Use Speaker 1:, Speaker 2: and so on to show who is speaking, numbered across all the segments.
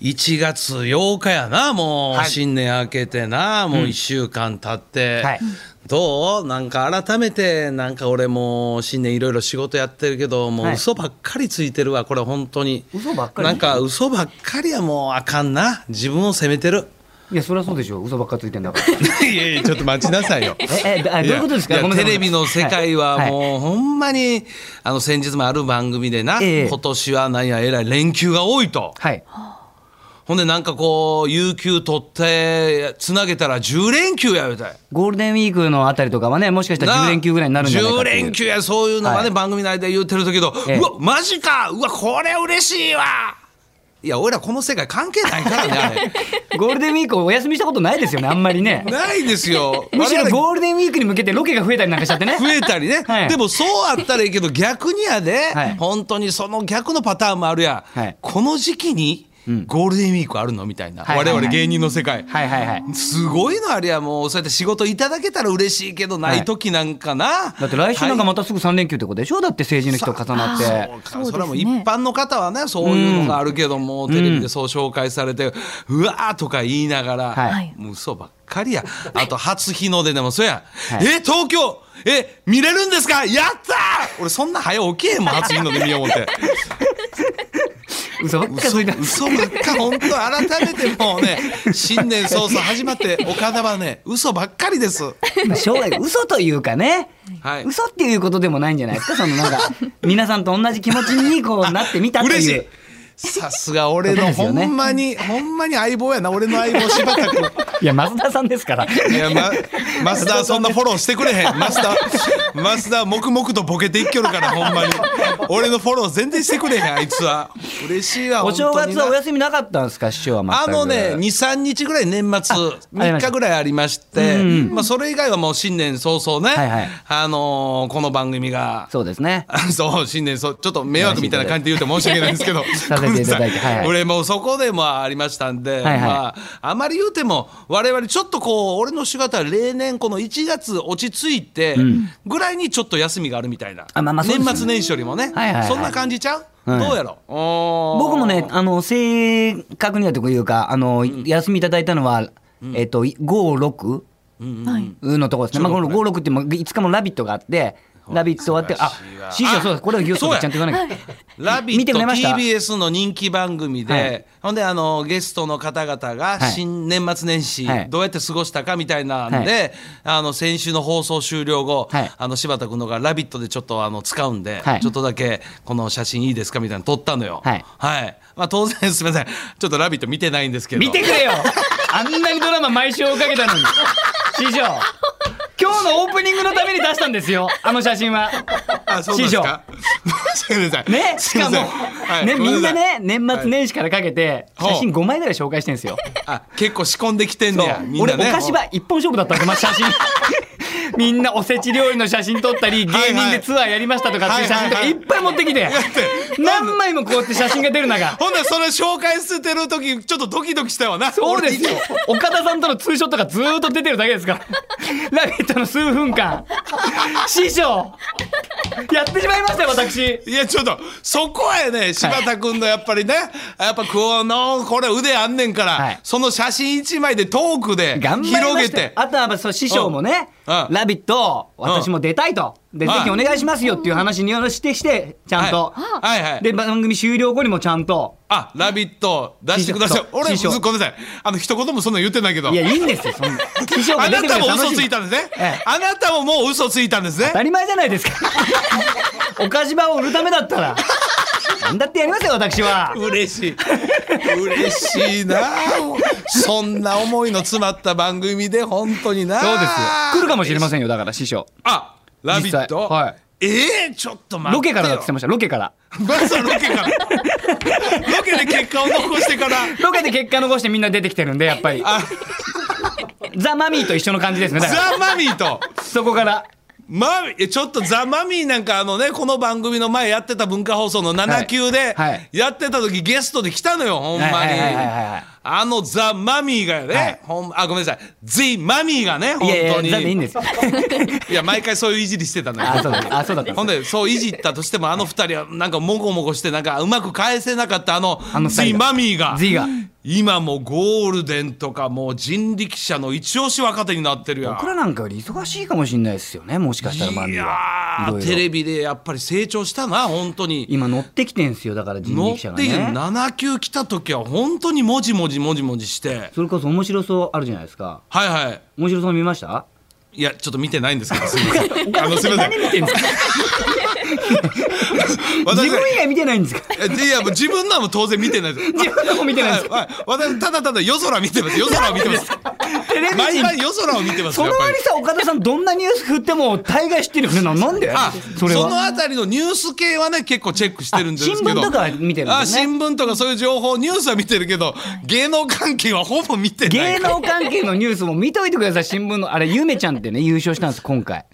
Speaker 1: 1月8日やなもう、
Speaker 2: はい
Speaker 1: 新年明けてなもう1週間経って、
Speaker 2: はい
Speaker 1: どうなんか改めてなんか俺もう新年いろいろ仕事やってるけどもう
Speaker 2: はい
Speaker 1: 嘘ばっかりついてるわこれ本当に
Speaker 2: 嘘ばっかり
Speaker 1: なんか嘘ばっかりはもうあかんな自分を責めてる
Speaker 2: いやそりゃそうでしょ嘘ばっかついてんだから
Speaker 1: いやいやちょっと待ちなさい よ
Speaker 2: ええあどういうことですか
Speaker 1: や
Speaker 2: ごめんな
Speaker 1: テ
Speaker 2: さ
Speaker 1: レ
Speaker 2: い
Speaker 1: ビの世界は
Speaker 2: はい
Speaker 1: もうほんまにあの先日もある番組でな、
Speaker 2: ええ
Speaker 1: 今年はなんやえらい連休が多いと、
Speaker 2: はい
Speaker 1: ほんでなんかこう有給取ってつなげたら10連休やみたい
Speaker 2: ゴールデンウィークのあたりとかはねもしかしたら
Speaker 1: な
Speaker 2: 10連休ぐらいになるんじゃないかっ
Speaker 1: 10
Speaker 2: ていう
Speaker 1: 連休やそういうのがね、
Speaker 2: はい
Speaker 1: 番組内で言ってる時ど、
Speaker 2: ええ
Speaker 1: うわマジかうわこれ嬉しいわいや俺らこの世界関係ないからねあれ
Speaker 2: ゴールデンウィークお休みしたことないですよねあんま りね
Speaker 1: ないですよ
Speaker 2: むし
Speaker 1: 我
Speaker 2: ろ
Speaker 1: 々
Speaker 2: ゴールデンウィークに向けてロケが増えたりなんかしちゃって ね
Speaker 1: 増えたりね、
Speaker 2: はい
Speaker 1: でもそうあったらいいけど逆にやで、
Speaker 2: はい
Speaker 1: 本当にその逆のパターンもあるや、
Speaker 2: はい
Speaker 1: この時期にゴールデンウィークあるのみたいな、
Speaker 2: はいはいはい
Speaker 1: 我々芸人の世界、
Speaker 2: はいはいはい
Speaker 1: すごいのあれやもうそうやって仕事いただけたら嬉しいけどない時なんかな、
Speaker 2: だって来週なんかまたすぐ3連休ってことでしょだって成人の日と重なって
Speaker 1: そうか
Speaker 3: そうですね
Speaker 1: それはもう一般の方はねそういうのがあるけども、テレビでそう紹介されて「うわー」とか言いながら、
Speaker 2: はい
Speaker 1: もう嘘ばっかりやあと初日の出でもそうや「え東京え見れるんですかやったー!」俺そんな早起きへんもん初日の出見よう思って
Speaker 2: 嘘ばっか
Speaker 1: 嘘
Speaker 2: ついて
Speaker 1: 嘘ばっか本当改めてもうね新年早々始まって岡田はね嘘ばっかりです。
Speaker 2: まあ将来嘘というかね、
Speaker 1: はい
Speaker 2: 嘘っていうことでもないんじゃないですかそのなんか皆さんと同じ気持ちにこうなってみたと
Speaker 1: 嬉し
Speaker 2: い。
Speaker 1: いうさすが俺の
Speaker 2: そう
Speaker 1: ほ
Speaker 2: ですよね
Speaker 1: んまに、ほんまに相棒やな俺の相棒柴田君
Speaker 2: いや増田さんですから
Speaker 1: いや、ま、マスターそんなフォローしてくれへんマスターマスター黙々とボケていっきょるからほんまに俺のフォロー全然してくれへんあいつは嬉しいわ
Speaker 2: お正月はお
Speaker 1: 本当にな
Speaker 2: 休みなかったんですか師匠は全
Speaker 1: あ
Speaker 2: く
Speaker 1: のね23日ぐらい年末
Speaker 2: あり
Speaker 1: 3
Speaker 2: まし
Speaker 1: 日
Speaker 2: た
Speaker 1: ぐらいありましてまあ、それ以外はもう新年早々ね、
Speaker 2: はいはい
Speaker 1: あのーこの番組が
Speaker 2: そうですね
Speaker 1: あ そう新年そうちょっと迷惑みたいな感じで言うと申し訳ないんですけど
Speaker 2: させていただいて
Speaker 1: ごめんなさ
Speaker 2: はいはい
Speaker 1: 俺もうそこでもありましたんで、
Speaker 2: はい
Speaker 1: まあ、あまり言うても我々ちょっとこう俺の仕事は例年この1月落ち着いてぐらいにちょっと休みがあるみたいな、
Speaker 2: あまあまあそうです
Speaker 1: 年
Speaker 2: ね
Speaker 1: 末年始よりもね、
Speaker 2: はいはいはい
Speaker 1: そんな感じちゃう、
Speaker 2: はい
Speaker 1: どうやろうおー
Speaker 2: 僕もねあの正確にはというかあの、休みいただいたのは、えっと56
Speaker 3: はい。
Speaker 2: のところですね、まあ、この56ってもういつかも「ラビット!」があって「ラビット!」終わってあ
Speaker 1: 素晴らしいわ
Speaker 2: 師匠そうだこれを言う
Speaker 1: そうや
Speaker 2: とちゃんと言わなきゃ
Speaker 1: ラビッ
Speaker 2: 見て
Speaker 1: ト
Speaker 2: くれました
Speaker 1: TBS の人気番組で、
Speaker 2: はい
Speaker 1: ほんであのゲストの方々が
Speaker 2: はい
Speaker 1: 新年末年始、
Speaker 2: はい
Speaker 1: どうやって過ごしたかみたいなんで、
Speaker 2: は
Speaker 1: あの先週の放送終了後、
Speaker 2: はい
Speaker 1: あの柴田君のが「ラビット!」でちょっとあの使うんで、
Speaker 2: はい
Speaker 1: ちょっとだけこの写真いいですかみたいなの撮ったのよ。
Speaker 2: はい
Speaker 1: まあ、当然すみませんちょっと「ラビット!」見てないんですけど
Speaker 2: 見てくれよあんなにドラマ毎週追いかけたのに師匠今日のオープニングのために出したんですよあの写真は
Speaker 1: あそうですか 申し訳ない
Speaker 2: ねしかも、
Speaker 1: はい
Speaker 2: ね
Speaker 1: ごめ
Speaker 2: みん
Speaker 1: さ
Speaker 2: ないね年末年始からかけて
Speaker 1: はい
Speaker 2: 写真5枚ぐらい紹介してんですよ、
Speaker 1: あ結構仕込んできてんねやみん
Speaker 2: 俺
Speaker 1: な
Speaker 2: お
Speaker 1: ね
Speaker 2: 菓子場一本勝負だったんですよまあ写真 みんなおせち料理の写真撮ったり芸
Speaker 1: はい
Speaker 2: 人でツアーやりましたとかっていう写真とか
Speaker 1: はい
Speaker 2: い
Speaker 1: はい
Speaker 2: っぱい持ってきて何枚もこうやって写真が出る中
Speaker 1: ほんならそれ紹介捨てる時ちょっとドキドキしたわな
Speaker 2: そうですよ岡田さんとのツーショットがずーっと出てるだけですから「ラビット!」の数分間師匠やってしまいましたよ私
Speaker 1: いやちょっとそこはね柴田君のやっぱりね、やっぱこのこれ腕あんねんから、
Speaker 2: はい
Speaker 1: その写真一枚でトークで
Speaker 2: 頑張りました
Speaker 1: 広
Speaker 2: よ
Speaker 1: げて
Speaker 2: あとはやっぱそう師匠もね「
Speaker 1: うんうん
Speaker 2: ラビット!」私も出たいと、で
Speaker 1: うん
Speaker 2: ぜひお願いしますよっていう話によろしてしてちゃんと、
Speaker 1: はいはいはい
Speaker 2: で番組終了後にもちゃんと
Speaker 1: あラビット!」出してください
Speaker 2: 師匠
Speaker 1: 俺
Speaker 2: 師匠
Speaker 1: ごめんなさいあの一言もそんな言ってないけど
Speaker 2: いやいいんですよそんな師匠
Speaker 1: あ
Speaker 2: が出
Speaker 1: な
Speaker 2: てく
Speaker 1: た
Speaker 2: れ
Speaker 1: も
Speaker 2: て楽
Speaker 1: 嘘
Speaker 2: し
Speaker 1: つい
Speaker 2: み
Speaker 1: たんですね、
Speaker 2: ええ
Speaker 1: あなたももう嘘ついたんですね
Speaker 2: 当たり前じゃないですか お菓子場を売るためだったら何だってやりますよ私は
Speaker 1: 嬉しい嬉しい なそんな思いの詰まった番組で本当にな
Speaker 2: そうですよ来るかもしれませんよだから師匠
Speaker 1: あラビット!」
Speaker 2: 実際はい
Speaker 1: ええちょっと待
Speaker 2: ロ
Speaker 1: って
Speaker 2: ケ
Speaker 1: よ
Speaker 2: からだって言ってましたロケから
Speaker 1: まずはロケから。ロケで結果を残してから。
Speaker 2: ロケで結果残してみんな出てきてるんでやっぱり
Speaker 1: あ、
Speaker 2: ザ・マミーと一緒の感じですねだから
Speaker 1: ザ・マミーと。
Speaker 2: そこから
Speaker 1: マミえちょっとザ・マミーなんかあのねこの番組の前やってた文化放送の7級で
Speaker 2: はいはい
Speaker 1: やってた時ゲストで来たのよほんまに
Speaker 2: はいはいはいはいはい
Speaker 1: あのザ・マミーがね、
Speaker 2: はい
Speaker 1: ほんあごめんなさいザ・マミーがね本
Speaker 2: いやいや
Speaker 1: 当に
Speaker 2: ザでいいんですよ
Speaker 1: いや毎回そういういじりしてたのよ
Speaker 2: あそうだあそうだったんです
Speaker 1: ほんでそういじったとしてもあの二人はなんかもごもごしてなんかうまく返せなかったあの
Speaker 2: あの二
Speaker 1: ザ・
Speaker 2: 人が
Speaker 1: マミーが
Speaker 2: Z が
Speaker 1: 今もうゴールデンとかもう人力車の一押し若手になってるやん
Speaker 2: 僕らなんかより忙しいかもしれないですよねもしかしたらマン
Speaker 1: い
Speaker 2: ディ
Speaker 1: や
Speaker 2: は
Speaker 1: ー
Speaker 2: いろいろ
Speaker 1: テレビでやっぱり成長したな本当に
Speaker 2: 今乗ってきてんすよだから人
Speaker 1: 乗っ
Speaker 2: 力
Speaker 1: て
Speaker 2: 車がね
Speaker 1: 7級来た時は本当にもじもじもじもじして
Speaker 2: それこそ面白そうあるじゃないですか
Speaker 1: はいはい
Speaker 2: 面白そう見ました
Speaker 1: いやちょっと見てないんですけどすいませ んあのすいません
Speaker 4: 見てんですか
Speaker 2: 自
Speaker 1: 私
Speaker 2: 分以外見てないん ですか
Speaker 1: いやもう自分のはもう当然見てないです
Speaker 4: 自分のも見てないんですか
Speaker 1: はいはい私ただただ夜空見てます夜空を見てます
Speaker 2: テレビ
Speaker 1: 毎
Speaker 2: 人
Speaker 1: 回夜空を見てます
Speaker 2: そ
Speaker 1: よやっ
Speaker 2: の
Speaker 1: ぱ
Speaker 2: 割
Speaker 1: り
Speaker 2: にさ岡田さんどんなニュース振っても大概知ってるよねななんで
Speaker 1: あ
Speaker 2: そ
Speaker 1: そ
Speaker 2: れ
Speaker 1: の
Speaker 2: は
Speaker 1: あたりのニュース系はね結構チェックしてるんですけど
Speaker 2: あ新聞とかは見てるんですね
Speaker 1: あ新聞とかそういう情報ニュースは見てるけど芸能関係はほぼ見てない
Speaker 2: 芸能関係のニュースも見といてください新聞のあれゆめちゃんってね優勝したんです今回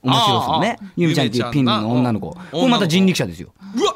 Speaker 2: 面白そうね
Speaker 1: ああ
Speaker 2: ゆめちゃんっていうピンの女の子
Speaker 1: ゆめ
Speaker 2: こ
Speaker 1: ちゃんな
Speaker 2: れまた人力車ですよ
Speaker 1: うわ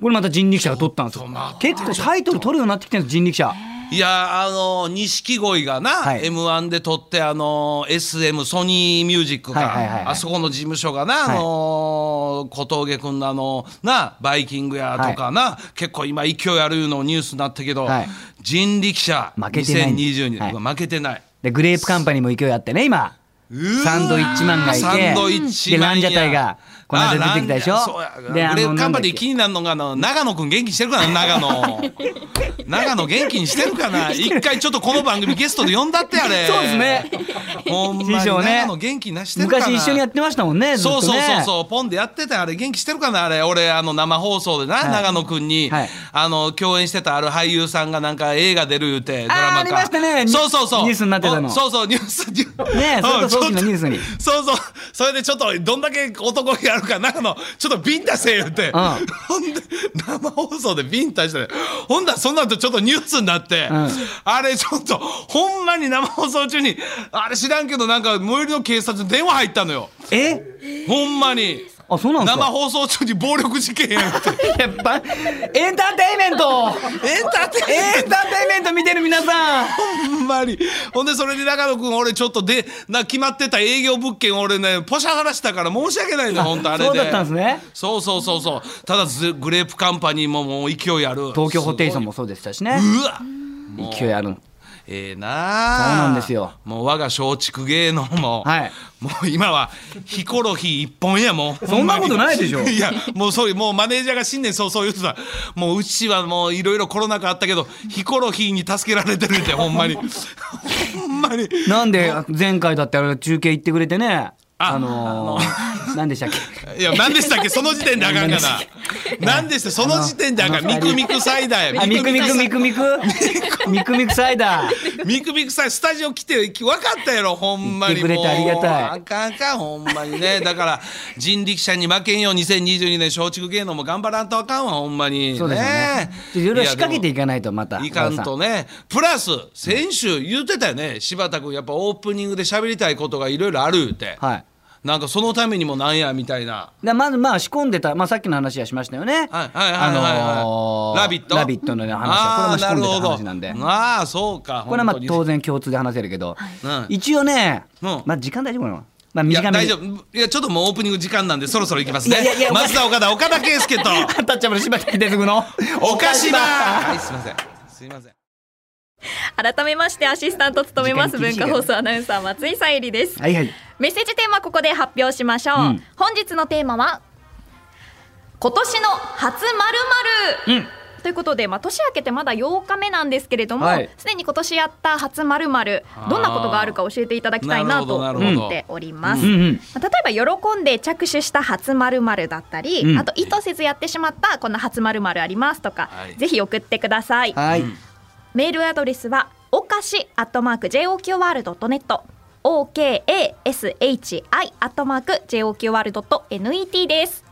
Speaker 2: これまた人力車が取ったんですよ
Speaker 1: ちょっと待っ
Speaker 2: 結構タイトル取るようになってきてるんです人力車
Speaker 1: いやあの錦鯉がな、
Speaker 2: はい
Speaker 1: m 1で撮ってあの SM ソニーミュージックが、
Speaker 2: はいはいはいはい
Speaker 1: あそこの事務所がな、
Speaker 2: はい
Speaker 1: あの小峠君のあのなバイキングやとかな、結構今勢いあるのニュースになったけど、
Speaker 2: はい
Speaker 1: 人力車
Speaker 2: 負けてないんです
Speaker 1: 2022、
Speaker 2: はいう
Speaker 1: わ負けてない
Speaker 2: でグレープカンパニーも勢いあってね今サンドイッチマンがいて
Speaker 1: サンドイッチマンや
Speaker 2: でランジャタイがこの間
Speaker 1: あ
Speaker 2: 出てきたでしょ
Speaker 1: ランジャそう
Speaker 2: で
Speaker 1: や
Speaker 2: あの
Speaker 1: グレープカンパ
Speaker 2: な
Speaker 1: ニー
Speaker 2: んだっけ
Speaker 1: 気になるのがあの長野くん元気にしてるかな長 野長野元気にしてるかな一回ちょっとこの番組ゲストで呼んだってあれ
Speaker 2: そうですね
Speaker 1: ほんまに
Speaker 2: 師匠ね
Speaker 1: 長野元気なしてるかな
Speaker 2: 昔一緒にやってましたもんねずっ
Speaker 1: そう
Speaker 2: と
Speaker 1: そうそう
Speaker 2: ね
Speaker 1: そうポンでやってたあれ元気してるかなあれ俺あの生放送でな、
Speaker 2: い
Speaker 1: 長野くんに、
Speaker 2: はい
Speaker 1: あの共演してたある俳優さんがなんか映画出る言うてドラマか
Speaker 2: ありましたねニュ
Speaker 1: そうそうそう
Speaker 2: ニュースになってたの
Speaker 1: おそうそうニュースニュース
Speaker 2: ねえそれ
Speaker 1: うん
Speaker 2: こそ大きな
Speaker 1: ちょっと
Speaker 2: ニュースに
Speaker 1: そうそうそれでちょっとどんだけ男気あるか長野ちょっとビンタせえ言うて、ほんで生放送でビンタしてねほんだらその後ちょっとニュースになって、
Speaker 2: ん
Speaker 1: あれちょっとほんまに生放送中にあれ知らんけどなんか最寄りの警察に電話入ったのよ
Speaker 2: え
Speaker 1: ほんまに。
Speaker 2: あそうなんです
Speaker 1: 生
Speaker 2: か
Speaker 1: 放送中に暴力事件やって。
Speaker 2: やっぱエンターテインメント
Speaker 1: エンターテインメン
Speaker 2: エンターテインメント見てる皆さん
Speaker 1: トほんまに。ほんで、それで中野くん、俺ちょっとで、な、決まってた営業物件、俺ね、ポシャ話したから申し訳ないのよ、ほんとあれで。
Speaker 2: そうだったんですね
Speaker 1: そうそうそうそう。ただず、グレープカンパニーももう勢いある。
Speaker 2: 東京ホテイソンもそうでしたしね
Speaker 1: すごい。うわ
Speaker 2: 勢いあるの
Speaker 1: ええなあ
Speaker 2: そうなんですよ
Speaker 1: もう我が松竹芸能も、
Speaker 2: はい
Speaker 1: もう今はヒコロヒー一本やもう
Speaker 2: そんなことないでしょ
Speaker 1: ほんまにいやもうそういうもうマネージャーが新年早々言ってたもううちはもういろいろコロナ禍あったけどヒコロヒーに助けられてるってほんまにほんまに
Speaker 2: なんで前回だってあれ中継行ってくれてね
Speaker 1: あ
Speaker 2: あのー、何でしたっけ
Speaker 1: いや何でしたっけその時点であかんかな何でしたその時点であかん
Speaker 2: あの
Speaker 1: ミクミクサイダーや
Speaker 2: あミクミクミクミクミクミクサイダー
Speaker 1: ミクミクさんスタジオ来て分かったやろほんまに
Speaker 2: 言ってくれてありがたい
Speaker 1: もうあかんあかんほんまにねだから人力車に負けんよう2022年松竹芸能も頑張らんとあかんわほんまに
Speaker 2: そうですよねちょっといろいろ仕掛けてい
Speaker 1: いやでも
Speaker 2: かないとまた
Speaker 1: いかんとねプラス先週言ってたよね柴田君やっぱオープニングで喋りたいことがいろいろあるって、
Speaker 2: はい
Speaker 1: なんかそのためにもなんやみたいな
Speaker 2: でまずまあ仕込んでた、まあ、さっきの話はしましたよね。
Speaker 1: はいはいはいはいはい
Speaker 2: あのー
Speaker 1: ラビット
Speaker 2: ラビットのね話
Speaker 1: あ
Speaker 2: は
Speaker 1: ー
Speaker 2: これはまあ仕込んでた話なんで
Speaker 1: るほ。どああそうか
Speaker 2: これはまあ
Speaker 1: 本当に
Speaker 2: 当然共通で話せるけど、
Speaker 1: うん
Speaker 2: 一応ね、
Speaker 1: うん
Speaker 2: まあ時間大丈夫かな。まあ
Speaker 1: いや
Speaker 2: 短め
Speaker 1: 大
Speaker 2: に
Speaker 1: 丈。夫いやちょっともうオープニング時間なんでそろそろ行きますね
Speaker 2: いやいやいや
Speaker 1: 松田岡田岡田圭 介と
Speaker 2: タッチャブル柴田秀嗣の
Speaker 1: 岡島はいすいませんすいません
Speaker 3: 改めましてアシスタントを務めます
Speaker 2: 時間厳
Speaker 3: 文
Speaker 2: しいよ
Speaker 3: 化放送アナウンサー松井さゆりです
Speaker 2: はいはい。
Speaker 3: メッセージテーマここで発表しましょう、
Speaker 2: うん
Speaker 3: 本日のテーマは今年の初まるまるということで、まあ、年明けてまだ8日目なんですけれどもす
Speaker 2: は
Speaker 3: で、
Speaker 2: い
Speaker 3: に今年やった初まるまる
Speaker 1: あー
Speaker 3: どんなことがあるか教えていただきたいなと
Speaker 1: なるほどなるほど
Speaker 3: 思っております、
Speaker 2: うんうん。
Speaker 3: まあ例えば喜んで着手した初まるまるだったり、
Speaker 2: うん
Speaker 3: あと意図せずやってしまったこんな初まるまるありますとか、
Speaker 1: はい
Speaker 3: ぜひ送ってください。
Speaker 2: はい。
Speaker 3: メールアドレスはおかしアットマーク JOQR.net OKASHI アットマーク JOQR.net です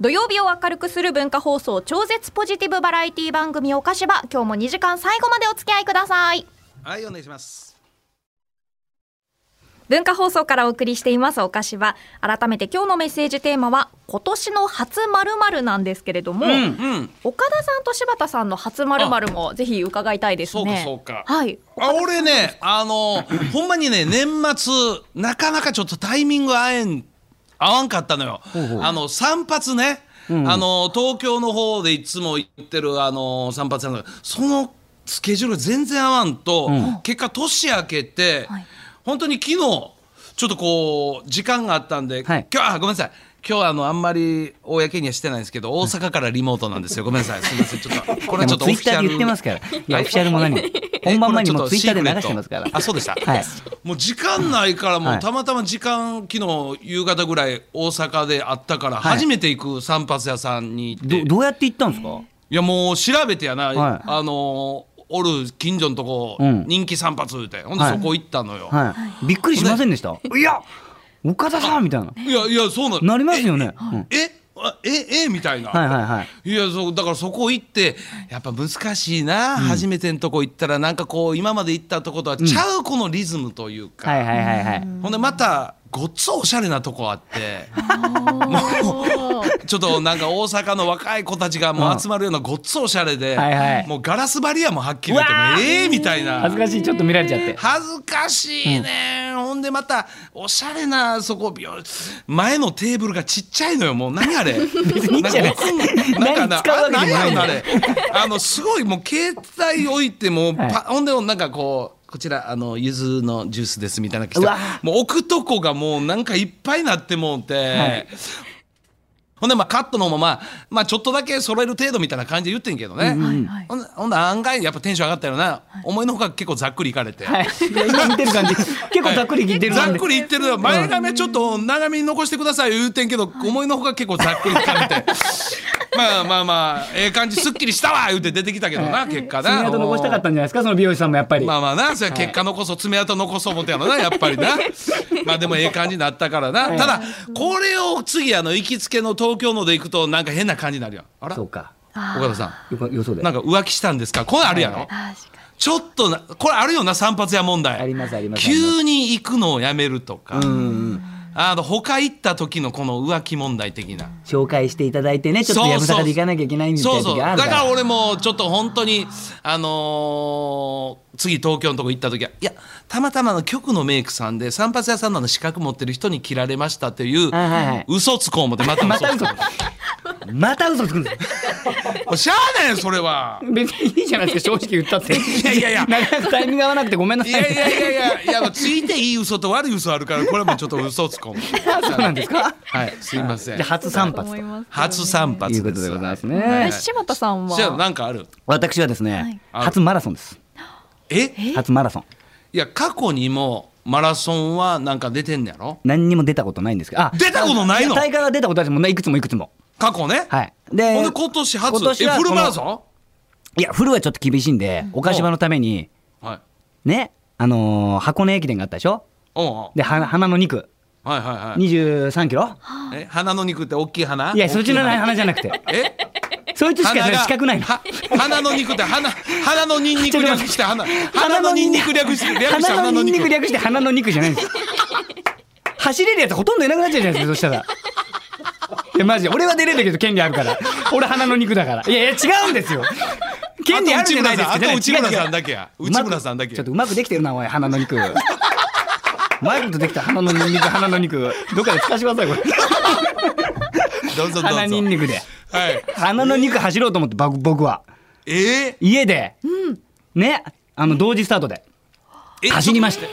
Speaker 3: 土曜日を明るくする文化放送超絶ポジティブバラエティ番組おかしば今日も2時間最後までお付き合いください
Speaker 1: はいお願いします
Speaker 3: 文化放送からお送りしていますおかしば改めて今日のメッセージテーマは今年の初まるまるなんですけれども、
Speaker 2: うん。
Speaker 1: うん
Speaker 3: 岡田さんと柴田さんの初まるまるもぜひ伺いたいですね
Speaker 1: そうかそうか
Speaker 3: はい
Speaker 1: あ俺ねあのほんまにね年末なかなかちょっとタイミング合えん合わんかったのよ
Speaker 2: ほうほう
Speaker 1: あの散髪ね、
Speaker 2: ん
Speaker 1: あの東京の方でいつも行ってるあの散髪屋のそのスケジュール全然合わんと、
Speaker 2: ん
Speaker 1: 結果年明けて、
Speaker 3: はい
Speaker 1: 本当に昨日ちょっとこう時間があったんで、
Speaker 2: はい
Speaker 1: 今日あごめんなさい今日はあのあんまり公にはしてないんですけど大阪からリモートなんですよごめんなさいすみませんちょっとこれはちょっと
Speaker 2: ツ
Speaker 1: オ
Speaker 2: イ
Speaker 1: フィ
Speaker 2: ッ
Speaker 1: シ
Speaker 2: ター
Speaker 1: ャ
Speaker 2: で
Speaker 1: ル
Speaker 2: 言ってますから。いや、
Speaker 1: は
Speaker 2: オ
Speaker 1: い
Speaker 2: フィシャルも何も。本番前にもツイッターで流してますから
Speaker 1: え。これちょっとシークレットあそうでした
Speaker 2: はい。
Speaker 1: もう時間ないからも
Speaker 2: は
Speaker 1: う
Speaker 2: い
Speaker 1: たまたま時間昨日夕方ぐらい大阪であったから
Speaker 2: はい
Speaker 1: 初めて行く散髪屋さんに行って、
Speaker 2: ど、
Speaker 1: い、
Speaker 2: どうやって行ったんですか
Speaker 1: やもう調べてやな、
Speaker 2: はい
Speaker 1: あのーおる近所のとこ、
Speaker 2: うん
Speaker 1: 人気散髪ってほんで
Speaker 2: はい
Speaker 1: そこ行ったのよ、
Speaker 2: はい。びっくりしませんでしたいや岡田さんみたいな。
Speaker 1: い、やいやそうなの
Speaker 2: なりますよね。うん
Speaker 1: えあええみたいな、
Speaker 2: はいはいはい。
Speaker 1: いやそうだからそこ行ってやっぱ難しいな、初めてのとこ行ったらなんかこう今まで行ったとことはちゃうこのリズムというか、
Speaker 2: はいはいはいはい。
Speaker 1: ほんでまたごっつおしゃれなとこあって
Speaker 3: おー
Speaker 1: ちょっとなんか大阪の若い子たちがもう集まるようなごっつおしゃれで、
Speaker 2: はいはい
Speaker 1: もうガラスバリアもはっきり言ってもええみたい
Speaker 2: 恥
Speaker 1: な
Speaker 2: ずかしい、ちょっと見られちゃって。
Speaker 1: 恥ずかしいね、ほんでまたおしゃれなそこ病前のテーブルがちっちゃいのよもう何あれ
Speaker 2: 別にいいじゃな
Speaker 1: な
Speaker 2: い
Speaker 1: んかなんかな
Speaker 2: 何使うわけでもない
Speaker 1: あ何やろ
Speaker 2: んだ
Speaker 1: なあれあのすごいもう携帯置いてもうパ、
Speaker 2: はい
Speaker 1: ほんでなんかこうこちらあの柚子のジュースですみたいなの来て
Speaker 2: うわ
Speaker 1: もう置くとこがもうなんかいっぱいなってもうて、
Speaker 2: い
Speaker 1: ほんでまあカットのまま、まあ、ちょっとだけ揃える程度みたいな感じで言ってんけどね、
Speaker 3: はいはい
Speaker 1: ほんでほんで案外やっぱテンション上がったよな、思いのほか結構ざっくりいかれて。
Speaker 2: はい。いや今見てる感じ。結構ざっくり聞いてる
Speaker 1: ざ
Speaker 2: 感
Speaker 1: っ
Speaker 2: じ
Speaker 1: く。り言ってるよ前髪はちょっと長めに残してください言うてんけど、思いのほか結構ざっくり言っててまあまあまあええ感じすっきりしたわ言うて出てきたけどな結果
Speaker 2: 爪
Speaker 1: な
Speaker 2: 痕残したかったんじゃないですかその美容師さんもやっぱり。
Speaker 1: まあまあなそれは結果残そう爪痕残そう思ってやろなやっぱりなまあでもええ感じになったからなただこれを次あの行きつけの東京ので行くとなんか変な感じになるやんあら
Speaker 2: そう
Speaker 1: 岡
Speaker 2: か。
Speaker 1: 田さ
Speaker 2: よか予想で。
Speaker 1: んなんか浮気したんですかこれあるやろ、
Speaker 3: あー確か
Speaker 1: ちょっとなこれあるよな散髪屋問題
Speaker 2: ありますありますあります
Speaker 1: 急に行くのをやめるとか、
Speaker 2: うんうん。
Speaker 1: あの他行った時のこの浮気問題的な。
Speaker 2: 紹介していただいてね、ちょっとやぶさかで行かなきゃいけないみたい
Speaker 1: そ
Speaker 2: な
Speaker 1: うそ
Speaker 2: 時
Speaker 1: う。
Speaker 2: があ
Speaker 1: だ
Speaker 2: る
Speaker 1: か
Speaker 2: から。
Speaker 1: ら俺もちょっと本当にあのー次東京のとこ行った時はいやたまたまの局のメイクさんで散髪屋さんのあの資格持ってる人に切られましたっていう
Speaker 2: はいはいはい
Speaker 1: 嘘つこう思ってまた
Speaker 2: ま
Speaker 1: 嘘
Speaker 2: た
Speaker 1: つ
Speaker 2: 嘘
Speaker 1: こう。
Speaker 2: また嘘つくんだよ
Speaker 1: もうしゃあないよそれは。
Speaker 2: 別にいいじゃないですか正直言ったってい
Speaker 1: やいやいや
Speaker 2: なかなかタイミング合わなくてごめんないさい
Speaker 1: やいやいやいやいやもうついていい嘘と悪い嘘あるからこれもちょっと嘘つこう思って。
Speaker 2: そうなんですか
Speaker 1: はいすいませ
Speaker 2: じゃあ
Speaker 1: ん。
Speaker 2: 初散
Speaker 3: に
Speaker 2: 髪
Speaker 3: 思います
Speaker 1: 初散
Speaker 2: と
Speaker 1: 髪です。
Speaker 2: いうことでございます
Speaker 1: は
Speaker 2: ね
Speaker 1: い
Speaker 3: 柴田さんは
Speaker 1: じゃあ なんかある。
Speaker 2: 私はですね
Speaker 1: はい
Speaker 2: 初マラソンです
Speaker 1: え？
Speaker 2: 初マラソン
Speaker 1: いや過去にもマラソンはなんか出てんのやろ何
Speaker 2: 何にも出たことないんですけどあ
Speaker 1: 出たことないの
Speaker 2: や大会は出たことあるんですもんねいくつもいくつも
Speaker 1: 過去ね、
Speaker 2: はいで
Speaker 1: ほんで今年初
Speaker 2: 今年は
Speaker 1: えフル
Speaker 2: この
Speaker 1: マラソ
Speaker 2: いやフルはちょっと厳しいんで岡島のために
Speaker 1: ンはい
Speaker 2: ねあのー箱根駅伝があったでしょ
Speaker 1: おうおう
Speaker 2: では花の2区
Speaker 1: はいはい
Speaker 2: 2 3キロ
Speaker 1: はいえ花の肉って大きい花
Speaker 2: いやそっちの
Speaker 1: 大きい
Speaker 2: 花じゃなくて
Speaker 1: 花え
Speaker 2: そいつしか資格ないの
Speaker 1: は花の肉って花花のニンニク略して花花のニンニク略して略して
Speaker 2: 鼻
Speaker 1: 花
Speaker 2: の
Speaker 1: の
Speaker 2: ニンニク
Speaker 1: 肉
Speaker 2: 略して鼻の肉じゃないんで すよ走れるやつほとんどいなくなっちゃうじゃないですかそしたらいやマジ俺は出れるけど権利あるから俺鼻の肉だからいやいや違うんですよ権利あるじゃないですか
Speaker 1: あと内村さんあと内村さん
Speaker 2: だ
Speaker 1: だけや内村さんだけ
Speaker 2: ちょっとうまくできてるなおい鼻の肉うまいことできた鼻のニンニク鼻の肉どっかで使わせてくださいこ
Speaker 1: どうぞどう
Speaker 2: れ
Speaker 1: ぞ
Speaker 2: 鼻ニンニクで
Speaker 1: はい
Speaker 2: 鼻の肉走ろうと思って僕僕は
Speaker 1: えー、
Speaker 2: 家で、ねあの同時スタートで
Speaker 1: え
Speaker 2: 走りました
Speaker 1: え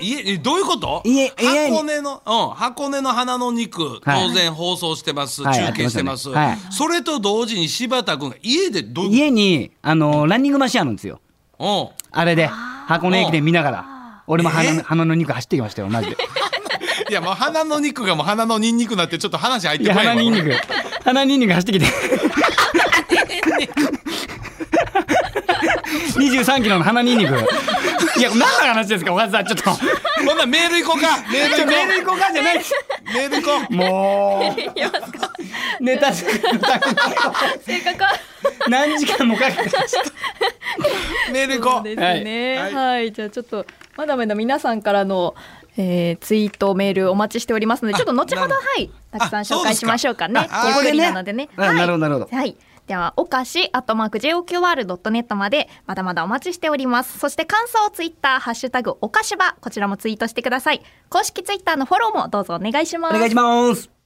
Speaker 1: 家えどういうこと
Speaker 2: 家家に
Speaker 1: 箱根の、うん、箱根の花の肉、
Speaker 2: はい
Speaker 1: 当然放送してます、
Speaker 2: はい
Speaker 1: 中継してます、
Speaker 2: やってましたね
Speaker 1: それと同時に柴田君が家でどう
Speaker 2: 家にあのランニングマシンあるんですよ
Speaker 1: うん
Speaker 2: あれで箱根駅伝見ながら俺も鼻
Speaker 1: え
Speaker 2: の鼻の肉走ってきましたよマ ジで
Speaker 1: いやもう花の肉がもう花のニンニクになってちょっと話入っ
Speaker 2: い
Speaker 1: て
Speaker 2: や
Speaker 1: こないわ
Speaker 2: 鼻にんにく鼻にんにく走ってきて23キロの鼻にんにくいや何の話ですかおかずさんちょっと
Speaker 1: ほんならメール行こうかメール
Speaker 2: ちょ
Speaker 1: 行こ
Speaker 2: メー ル行こうかじゃないです
Speaker 1: うメール行こう
Speaker 2: もうネタ作るために
Speaker 3: 性格は
Speaker 2: 何時間もかけて
Speaker 1: メール行こう
Speaker 3: です
Speaker 2: はい
Speaker 3: ね。
Speaker 1: はい
Speaker 3: はい、じゃあちょっとまだまだ皆さんからの、えー、ツイートメールお待ちしておりますので、ちょっと後ほど
Speaker 1: なる
Speaker 3: はいたくさん
Speaker 1: あそ
Speaker 3: 紹
Speaker 1: うで
Speaker 3: 介
Speaker 1: す
Speaker 3: し
Speaker 1: か
Speaker 3: ましょうかね。
Speaker 1: ああ
Speaker 3: ここで
Speaker 2: これね
Speaker 3: なのでね。
Speaker 2: あなるほどなるほど
Speaker 3: はい。ではおかしアットマーク JOQR.net までまだまだお待ちしております。そして感想をツイッターハッシュタグおかしばこちらもツイートしてください。公式ツイッターのフォローもどうぞお願いします。
Speaker 2: お願いします